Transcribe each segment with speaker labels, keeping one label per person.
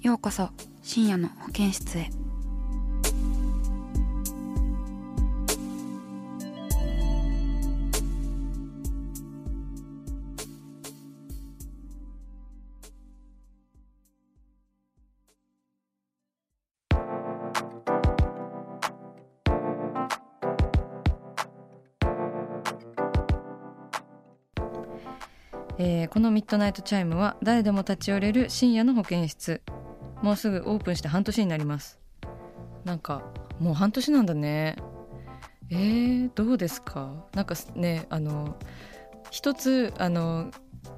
Speaker 1: ようこそ深夜の保健室へ
Speaker 2: えーこのミッドナイトチャイムは誰でも立ち寄れる深夜の保健室もうすぐオープンして半年になりますなんかもう半年なんだねえー、どうですかなんかねあの一つあの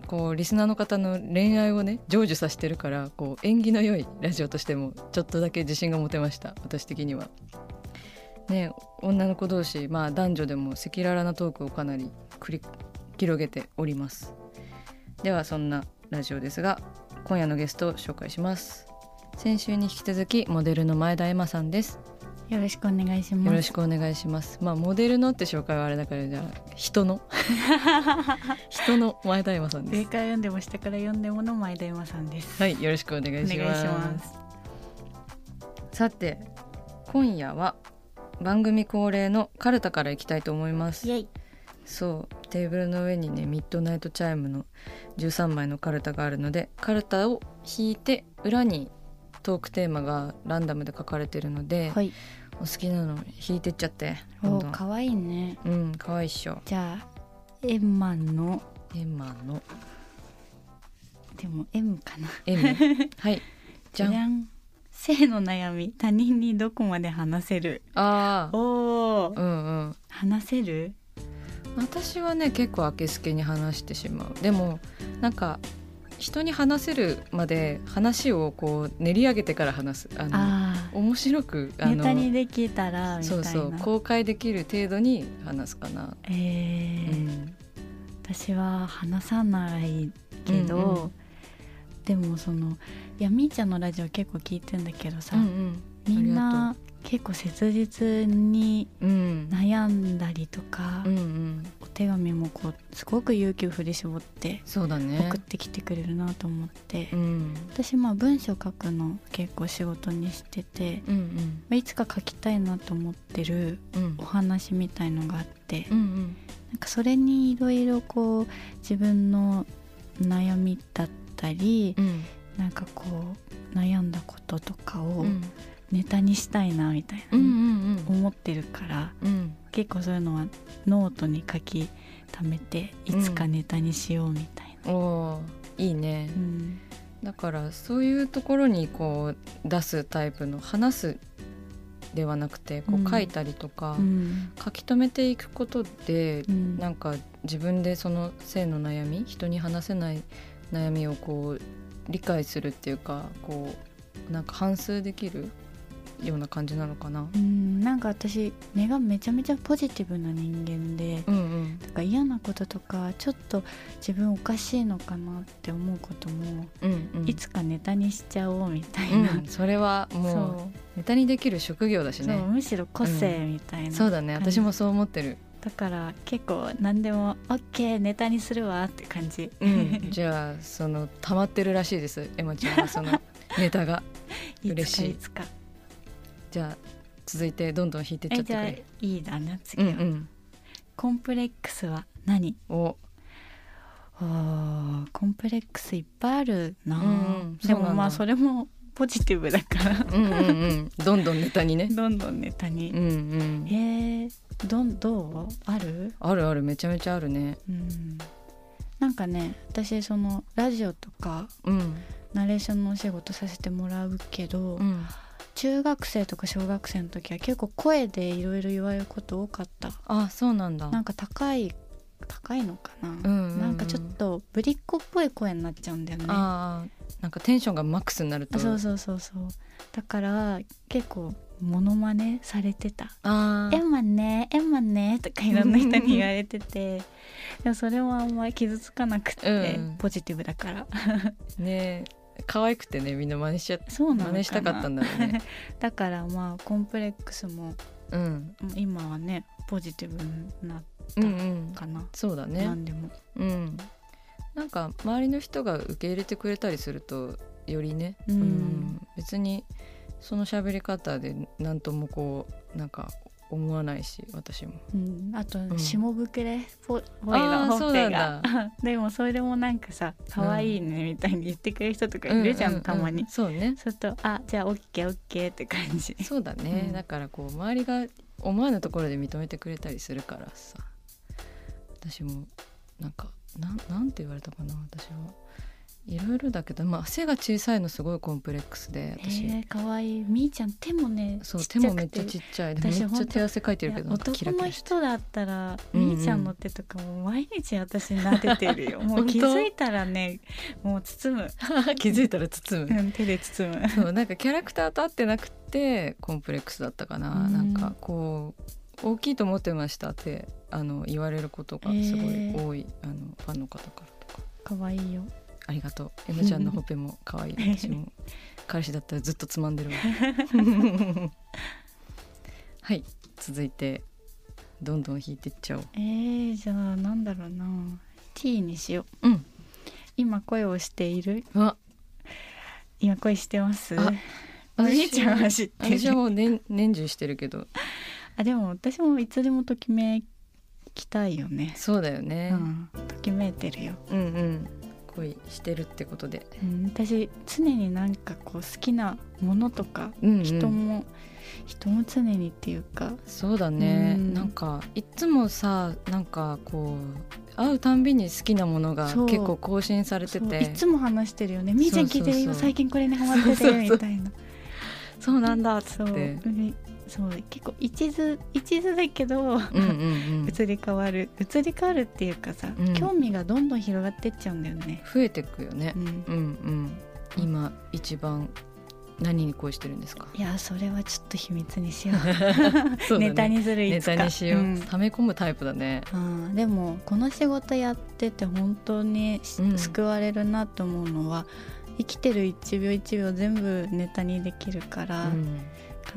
Speaker 2: こうリスナーの方の恋愛をね成就させてるからこう縁起の良いラジオとしてもちょっとだけ自信が持てました私的には。ね女の子同士、まあ、男女でも赤裸々なトークをかなり繰り広げております。ではそんなラジオですが今夜のゲストを紹介します先週に引き続きモデルの前田恵麻さんです
Speaker 3: よろしくお願いし
Speaker 2: よ
Speaker 3: ま
Speaker 2: ろ
Speaker 3: す。
Speaker 2: しくお願いしますまあモデルのって紹介はあれだからじゃあ人の 人の前田恵麻さんで
Speaker 3: 上
Speaker 2: す
Speaker 3: から読んでも下から読んでもの前田山さんです。
Speaker 2: はいよろしくお願いし
Speaker 3: お願
Speaker 2: ま
Speaker 3: い
Speaker 2: す
Speaker 3: します。
Speaker 2: さて今夜は番組恒例のカルタからいきたいと思います
Speaker 3: イエイ。
Speaker 2: そうテーブルの上にねミッドナイトチャイムの13枚のカルタがあるのでカルタを引いて裏にトークテーマがランダムで書かれてるので、
Speaker 3: はい。
Speaker 2: お好きなの引いてっちゃってどん
Speaker 3: お
Speaker 2: どん
Speaker 3: 可愛いね。
Speaker 2: うんかわいいっしょ
Speaker 3: じゃあエンマンの
Speaker 2: エマの
Speaker 3: でも M かな。
Speaker 2: M はいじゃん
Speaker 3: ん。性の悩み他人にどこまで話せる。
Speaker 2: ああ
Speaker 3: おお
Speaker 2: う。んうん
Speaker 3: 話せる？
Speaker 2: 私はね結構あけすけに話してしまうでもなんか人に話せるまで話をこう練り上げてから話すあの
Speaker 3: あ
Speaker 2: 面白く
Speaker 3: あ。
Speaker 2: あ
Speaker 3: ネ
Speaker 2: の
Speaker 3: タにできたらみたい
Speaker 2: そう
Speaker 3: な。
Speaker 2: そう公開できる程度に話すかな、
Speaker 3: えー
Speaker 2: うん
Speaker 3: 私は話さないけど、
Speaker 2: うんう
Speaker 3: でもそのいやみーちゃんのラジオ結構聞いてんだけどさ、
Speaker 2: うん
Speaker 3: みん
Speaker 2: あ
Speaker 3: な結構切実に
Speaker 2: うんうん
Speaker 3: 悩んだりとか、
Speaker 2: うんうん
Speaker 3: お手紙もこうすごく勇気を振り絞って
Speaker 2: そうだね
Speaker 3: 送ってきてくれるなと思って、
Speaker 2: うん
Speaker 3: 私まあ文章書くの結構仕事にしてて、
Speaker 2: うんうん
Speaker 3: まあいつか書きたいなと思ってる
Speaker 2: うん
Speaker 3: お話みたいのがあって、
Speaker 2: うんうん
Speaker 3: なんかそれにいろいろこう自分の悩みだったり、
Speaker 2: うん
Speaker 3: なんかこう悩んだこととかを
Speaker 2: うん
Speaker 3: ネタにしたいなみたいな、
Speaker 2: うんうんうん
Speaker 3: 思ってるから
Speaker 2: うん
Speaker 3: 結構そういうのはノートに書き溜めていつかネタにしようみたいな。
Speaker 2: おーいいね
Speaker 3: うん
Speaker 2: だからそういうところにこう出すタイプの話すではなくてこ
Speaker 3: うん
Speaker 2: う書いたりとか、
Speaker 3: うん
Speaker 2: 書き留めていくことで
Speaker 3: うん
Speaker 2: なんか自分でその性の悩み人に話せない悩みをこう理解するっていうかこうなんか反芻できるような感じなのかな。
Speaker 3: うんなんか私根がめちゃめちゃポジティブな人間で、
Speaker 2: うんうん
Speaker 3: なんか嫌なこととかちょっと自分おかしいのかなって思うことも、
Speaker 2: うんうん、
Speaker 3: いつかネタにしちゃおうみたいな、
Speaker 2: うん、それはもう
Speaker 3: そ
Speaker 2: ネタにできる職業だし
Speaker 3: う、そう
Speaker 2: ね。
Speaker 3: むしろ個性みたいな、
Speaker 2: そうだね私もそう思ってる、
Speaker 3: だから結構何でも「オッケーネタにするわ」って感じ、
Speaker 2: うん、じゃあその溜まってるらしいですエマちゃんはそのネタが嬉しい
Speaker 3: つかいつか
Speaker 2: じゃあ続いてどんどん引いてっちゃ
Speaker 3: え
Speaker 2: って
Speaker 3: じゃあ
Speaker 2: く
Speaker 3: いいだな次
Speaker 2: れ
Speaker 3: は、
Speaker 2: うん
Speaker 3: コンプレックスは何
Speaker 2: うんお
Speaker 3: おーコンプレックスいっぱいある
Speaker 2: う
Speaker 3: な、
Speaker 2: んうん
Speaker 3: で
Speaker 2: そうなん
Speaker 3: も
Speaker 2: だ
Speaker 3: まあそれもポジティブだから
Speaker 2: うんうんうんどんどんネタにね
Speaker 3: どんどんネタに、
Speaker 2: うんうん
Speaker 3: えー、どんどうある、
Speaker 2: あるあるめちゃめちゃあるね
Speaker 3: うん、なんかね私そのラジオとか
Speaker 2: うん
Speaker 3: ナレーションのお仕事させてもらうけど、
Speaker 2: うん
Speaker 3: 中学生とか小学生の時は結構声でいろいろ言われること多かった
Speaker 2: あそうなんだ
Speaker 3: なんか高い高いのかな、
Speaker 2: うんうんうん
Speaker 3: なんかちょっとぶりっ子っぽい声になっちゃうんだよねあ
Speaker 2: あーなんかテンションがマックスになると
Speaker 3: そうそうそうそうだから結構モノマネされてた
Speaker 2: あ
Speaker 3: 「
Speaker 2: ー
Speaker 3: エンマンねエンマンね」とかいろんな人に言われててでもそれはあんまり傷つかなくて、
Speaker 2: うん
Speaker 3: ポジティブだから
Speaker 2: ね可愛くてねみんな真似しちゃ
Speaker 3: そうなのかな
Speaker 2: 真似したかったんだろう ね
Speaker 3: だからまあコンプレックスも
Speaker 2: うん
Speaker 3: 今はねポジティブな
Speaker 2: うんうん
Speaker 3: かな、
Speaker 2: そうだね
Speaker 3: 何でも
Speaker 2: うんなんか周りの人が受け入れてくれたりするとよりね
Speaker 3: うん
Speaker 2: 別にその喋り方で何ともこうなんか思わないし私も
Speaker 3: うん、あと
Speaker 2: ん
Speaker 3: 下ぶくれぽぽい
Speaker 2: あー
Speaker 3: がほっぺ
Speaker 2: そうなん
Speaker 3: がでもそれもなんかさ「可愛いね」みたいに言ってくれる人とかいるじゃん,、
Speaker 2: ううう
Speaker 3: たまに。
Speaker 2: そうね
Speaker 3: そうすると「あじゃあオッケーオッケー」って感じ。
Speaker 2: そうだね、
Speaker 3: うん
Speaker 2: だからこう周りが思わぬところで認めてくれたりするからさ私もなんかなんなんて言われたかな私はいろいろだけど、まあ、背が小さいのすごいコンプレックスで私、
Speaker 3: えー、可愛いみーちゃん手もね
Speaker 2: そう
Speaker 3: ち
Speaker 2: 手
Speaker 3: ちゃ
Speaker 2: も
Speaker 3: く
Speaker 2: めってちゃちっちゃいでも
Speaker 3: 私
Speaker 2: めっ
Speaker 3: ほ
Speaker 2: ち
Speaker 3: ん
Speaker 2: ゃ
Speaker 3: と
Speaker 2: 手汗かいてるけ
Speaker 3: い
Speaker 2: ど
Speaker 3: や
Speaker 2: なんかキラ
Speaker 3: 男
Speaker 2: キ
Speaker 3: の
Speaker 2: ラして
Speaker 3: 人だったら、
Speaker 2: うんうん
Speaker 3: みーちゃんの手とかも毎日私撫でて るよもう
Speaker 2: 本当
Speaker 3: 気づいたらねもう包む、
Speaker 2: 気づいたら包
Speaker 3: う
Speaker 2: む
Speaker 3: ん、手で包む
Speaker 2: そうなんかキャラクターと合ってなくてコンプレックスだったかな、
Speaker 3: うん
Speaker 2: なんかこう大きいと思ってましたってあの言われることがすごい多い、あのファンの方からとか。
Speaker 3: 可愛いよ
Speaker 2: ありがとう。えのちゃんのほっぺも可愛い。 私も彼氏だったらずっとつまんでるわ。はい、続いてどんどん引いていっちゃおう。
Speaker 3: えー、じゃあなんだろうな T にしよう、
Speaker 2: うん、
Speaker 3: 今恋をしている
Speaker 2: わ、
Speaker 3: 今恋してます
Speaker 2: あ
Speaker 3: お兄ちゃんは知ってる
Speaker 2: 私はもう年年中してるけど、
Speaker 3: あでも私もいつでもときめきたいよね、
Speaker 2: そうだよ
Speaker 3: う
Speaker 2: ね。
Speaker 3: ん、ときめいてるよ、
Speaker 2: うん、うん恋してるってことで、
Speaker 3: うん、私常になんかこう好きなものとか
Speaker 2: うんうん
Speaker 3: 人も、人も常にっていうか
Speaker 2: そうだね、
Speaker 3: うん
Speaker 2: なんかいつもさなんかこう会うたんびに好きなものが
Speaker 3: そう
Speaker 2: 結構更新されて
Speaker 3: そう
Speaker 2: て
Speaker 3: いつも話してるよね「みーちゃん聞いてる
Speaker 2: そ
Speaker 3: よ
Speaker 2: うそうそう
Speaker 3: 最近これにハマっ
Speaker 2: そう
Speaker 3: てて
Speaker 2: そうそう
Speaker 3: みたいな
Speaker 2: そうなんだっつ
Speaker 3: そ
Speaker 2: っ
Speaker 3: う
Speaker 2: て
Speaker 3: うんそう結構一途一途だけ
Speaker 2: う
Speaker 3: ど
Speaker 2: んうんうん
Speaker 3: 移り変わる移り変わるっていうかさ、
Speaker 2: うん
Speaker 3: 興味がどんどん広がってっちゃうんだよね。
Speaker 2: 増えてくよね
Speaker 3: う、ん
Speaker 2: うんうん、今一番何に恋してるんですか、
Speaker 3: いやそれはちょっと秘密にしよう
Speaker 2: そうだね
Speaker 3: ネタにするい
Speaker 2: ネ
Speaker 3: つか
Speaker 2: タにしよう、
Speaker 3: ん
Speaker 2: 溜め込むタイプだね
Speaker 3: あーでもこの仕事やってて本当にし、
Speaker 2: うん
Speaker 3: 救われるなと思うのは生きてる一秒一秒全部ネタにできるから、
Speaker 2: うん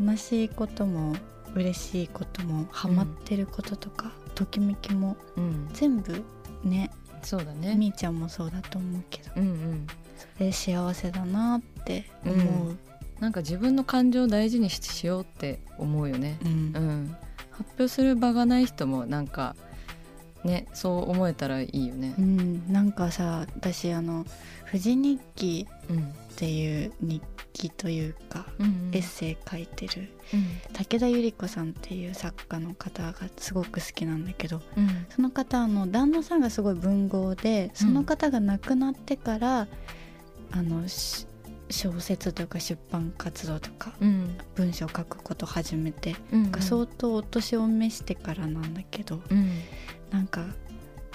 Speaker 3: 悲しいことも嬉しいこともハマってることとか、ときめきも
Speaker 2: うん、
Speaker 3: 全部ね
Speaker 2: そうだね
Speaker 3: みーちゃんもそうだと思うけど
Speaker 2: うんうん、
Speaker 3: それ幸せだなって思う、
Speaker 2: なんか自分の感情を大事にししようって思うよね、
Speaker 3: うん
Speaker 2: うん、発表する場がない人もなんかねそう思えたらいいよね
Speaker 3: う、んなんかさ私あの「富士日記」
Speaker 2: うん
Speaker 3: っていう日記というか、
Speaker 2: うん
Speaker 3: エッセイ書いてる
Speaker 2: うん
Speaker 3: 武田百合子さんっていう作家の方がすごく好きなんだけど
Speaker 2: うん
Speaker 3: その方あの旦那さんがすごい文豪でその方が亡くなってから、あのし小説というか出版活動とか
Speaker 2: うん
Speaker 3: 文章を書くことを始めて、
Speaker 2: うん
Speaker 3: なんか相当お年を召してからなんだけど
Speaker 2: うん
Speaker 3: なんか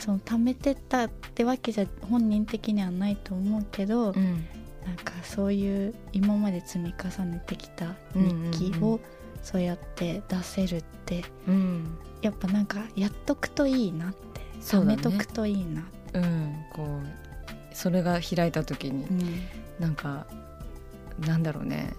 Speaker 3: その貯めてたってわけじゃ本人的にはないと思うけ
Speaker 2: う
Speaker 3: ど、
Speaker 2: ん
Speaker 3: なんかそういう今まで積み重ねてきた日記
Speaker 2: うんうんう
Speaker 3: をそうやって出せるって、
Speaker 2: うん
Speaker 3: やっぱなんかやっとくといいなって
Speaker 2: そ
Speaker 3: 貯
Speaker 2: うだ
Speaker 3: め
Speaker 2: ね
Speaker 3: とくといいな
Speaker 2: うんこうそれが開いた時になんかなんだろうね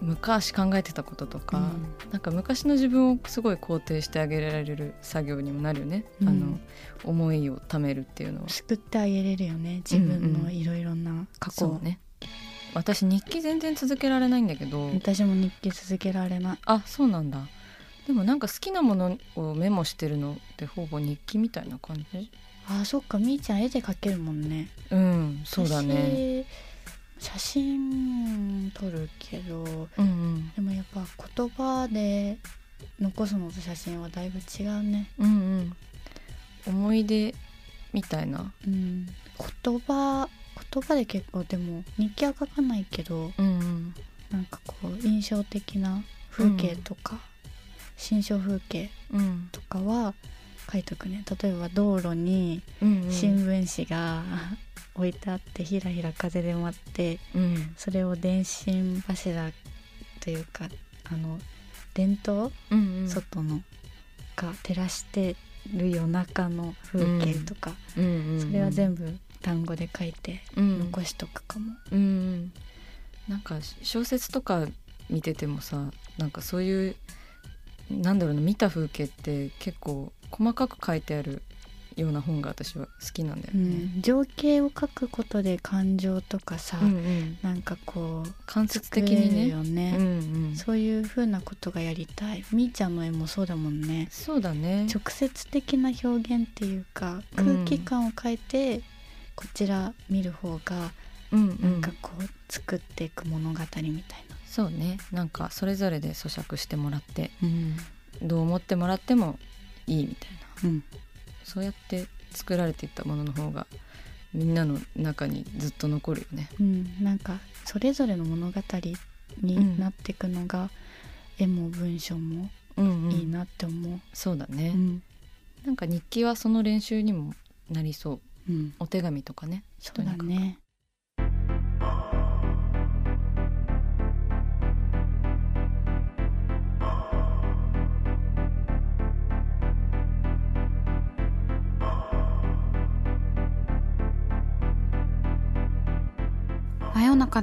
Speaker 2: 昔考えてたこととか、なんか昔の自分をすごい肯定してあげられる作業にもなるよね、
Speaker 3: うん
Speaker 2: あの思いを貯めるっていうのは
Speaker 3: 救ってあげれるよね自分のいろいろな過去を、
Speaker 2: そうね私日記全然続けられないんだけど
Speaker 3: 私も日記続けられない
Speaker 2: あそうなんだでもなんか好きなものをメモしてるのってほぼ日記みたいな感じ
Speaker 3: あそっかみーちゃん絵で描けるもんね
Speaker 2: うんそうだね
Speaker 3: 私写真撮るけど
Speaker 2: うんうん
Speaker 3: でもやっぱ言葉で残すのと写真はだいぶ違うね、
Speaker 2: うんうん思い出みたいな
Speaker 3: うん、言葉言葉で結構でも日記は書かないけど
Speaker 2: うんうん
Speaker 3: なんかこう印象的な風景とか、心象風景
Speaker 2: うん
Speaker 3: とかは書いとくね例えば道路に
Speaker 2: うんうん
Speaker 3: 新聞紙が 置いてあってひらひら風で舞って
Speaker 2: うん
Speaker 3: それを電信柱というかあの電灯、
Speaker 2: うんうん
Speaker 3: 外のが照らしてる夜中の風景とか、
Speaker 2: うんうんうん
Speaker 3: それは全部単語で書いて
Speaker 2: うん
Speaker 3: 残しとくかも。
Speaker 2: うんうんなんか小説とか見ててもさなんかそういうなんだろうな見た風景って結構細かく書いてあるような本が私は好きなんだよ
Speaker 3: う
Speaker 2: ね。
Speaker 3: ん情景を書くことで感情とかさ、
Speaker 2: うんうん
Speaker 3: なんかこう
Speaker 2: 間接的
Speaker 3: 作れる
Speaker 2: にね。
Speaker 3: よ
Speaker 2: うん
Speaker 3: ね、
Speaker 2: うん、
Speaker 3: そういう風なことがやりたいみーちゃんの絵もそうだもんね
Speaker 2: そうだね。
Speaker 3: 直接的な表現っていうか
Speaker 2: うん
Speaker 3: 空気感を変えて、こちら見る方が
Speaker 2: うんう
Speaker 3: なん
Speaker 2: ん
Speaker 3: か、こう作っていく物語みたいな、
Speaker 2: そうねなんかそれぞれで咀嚼してもらって
Speaker 3: うん
Speaker 2: どう思ってもらってもいいみたいな
Speaker 3: うん
Speaker 2: そうやって作られていったものの方がみんなの中にずっと残るよね。
Speaker 3: なんかそれぞれの物語になっていくのが、絵も文章も
Speaker 2: うんうん、
Speaker 3: いいなって思う。
Speaker 2: そうだ
Speaker 3: う
Speaker 2: ね、
Speaker 3: ん
Speaker 2: なんか日記はその練習にもなりそう
Speaker 3: うん
Speaker 2: お手紙とかね
Speaker 3: そうだね。
Speaker 1: 真夜中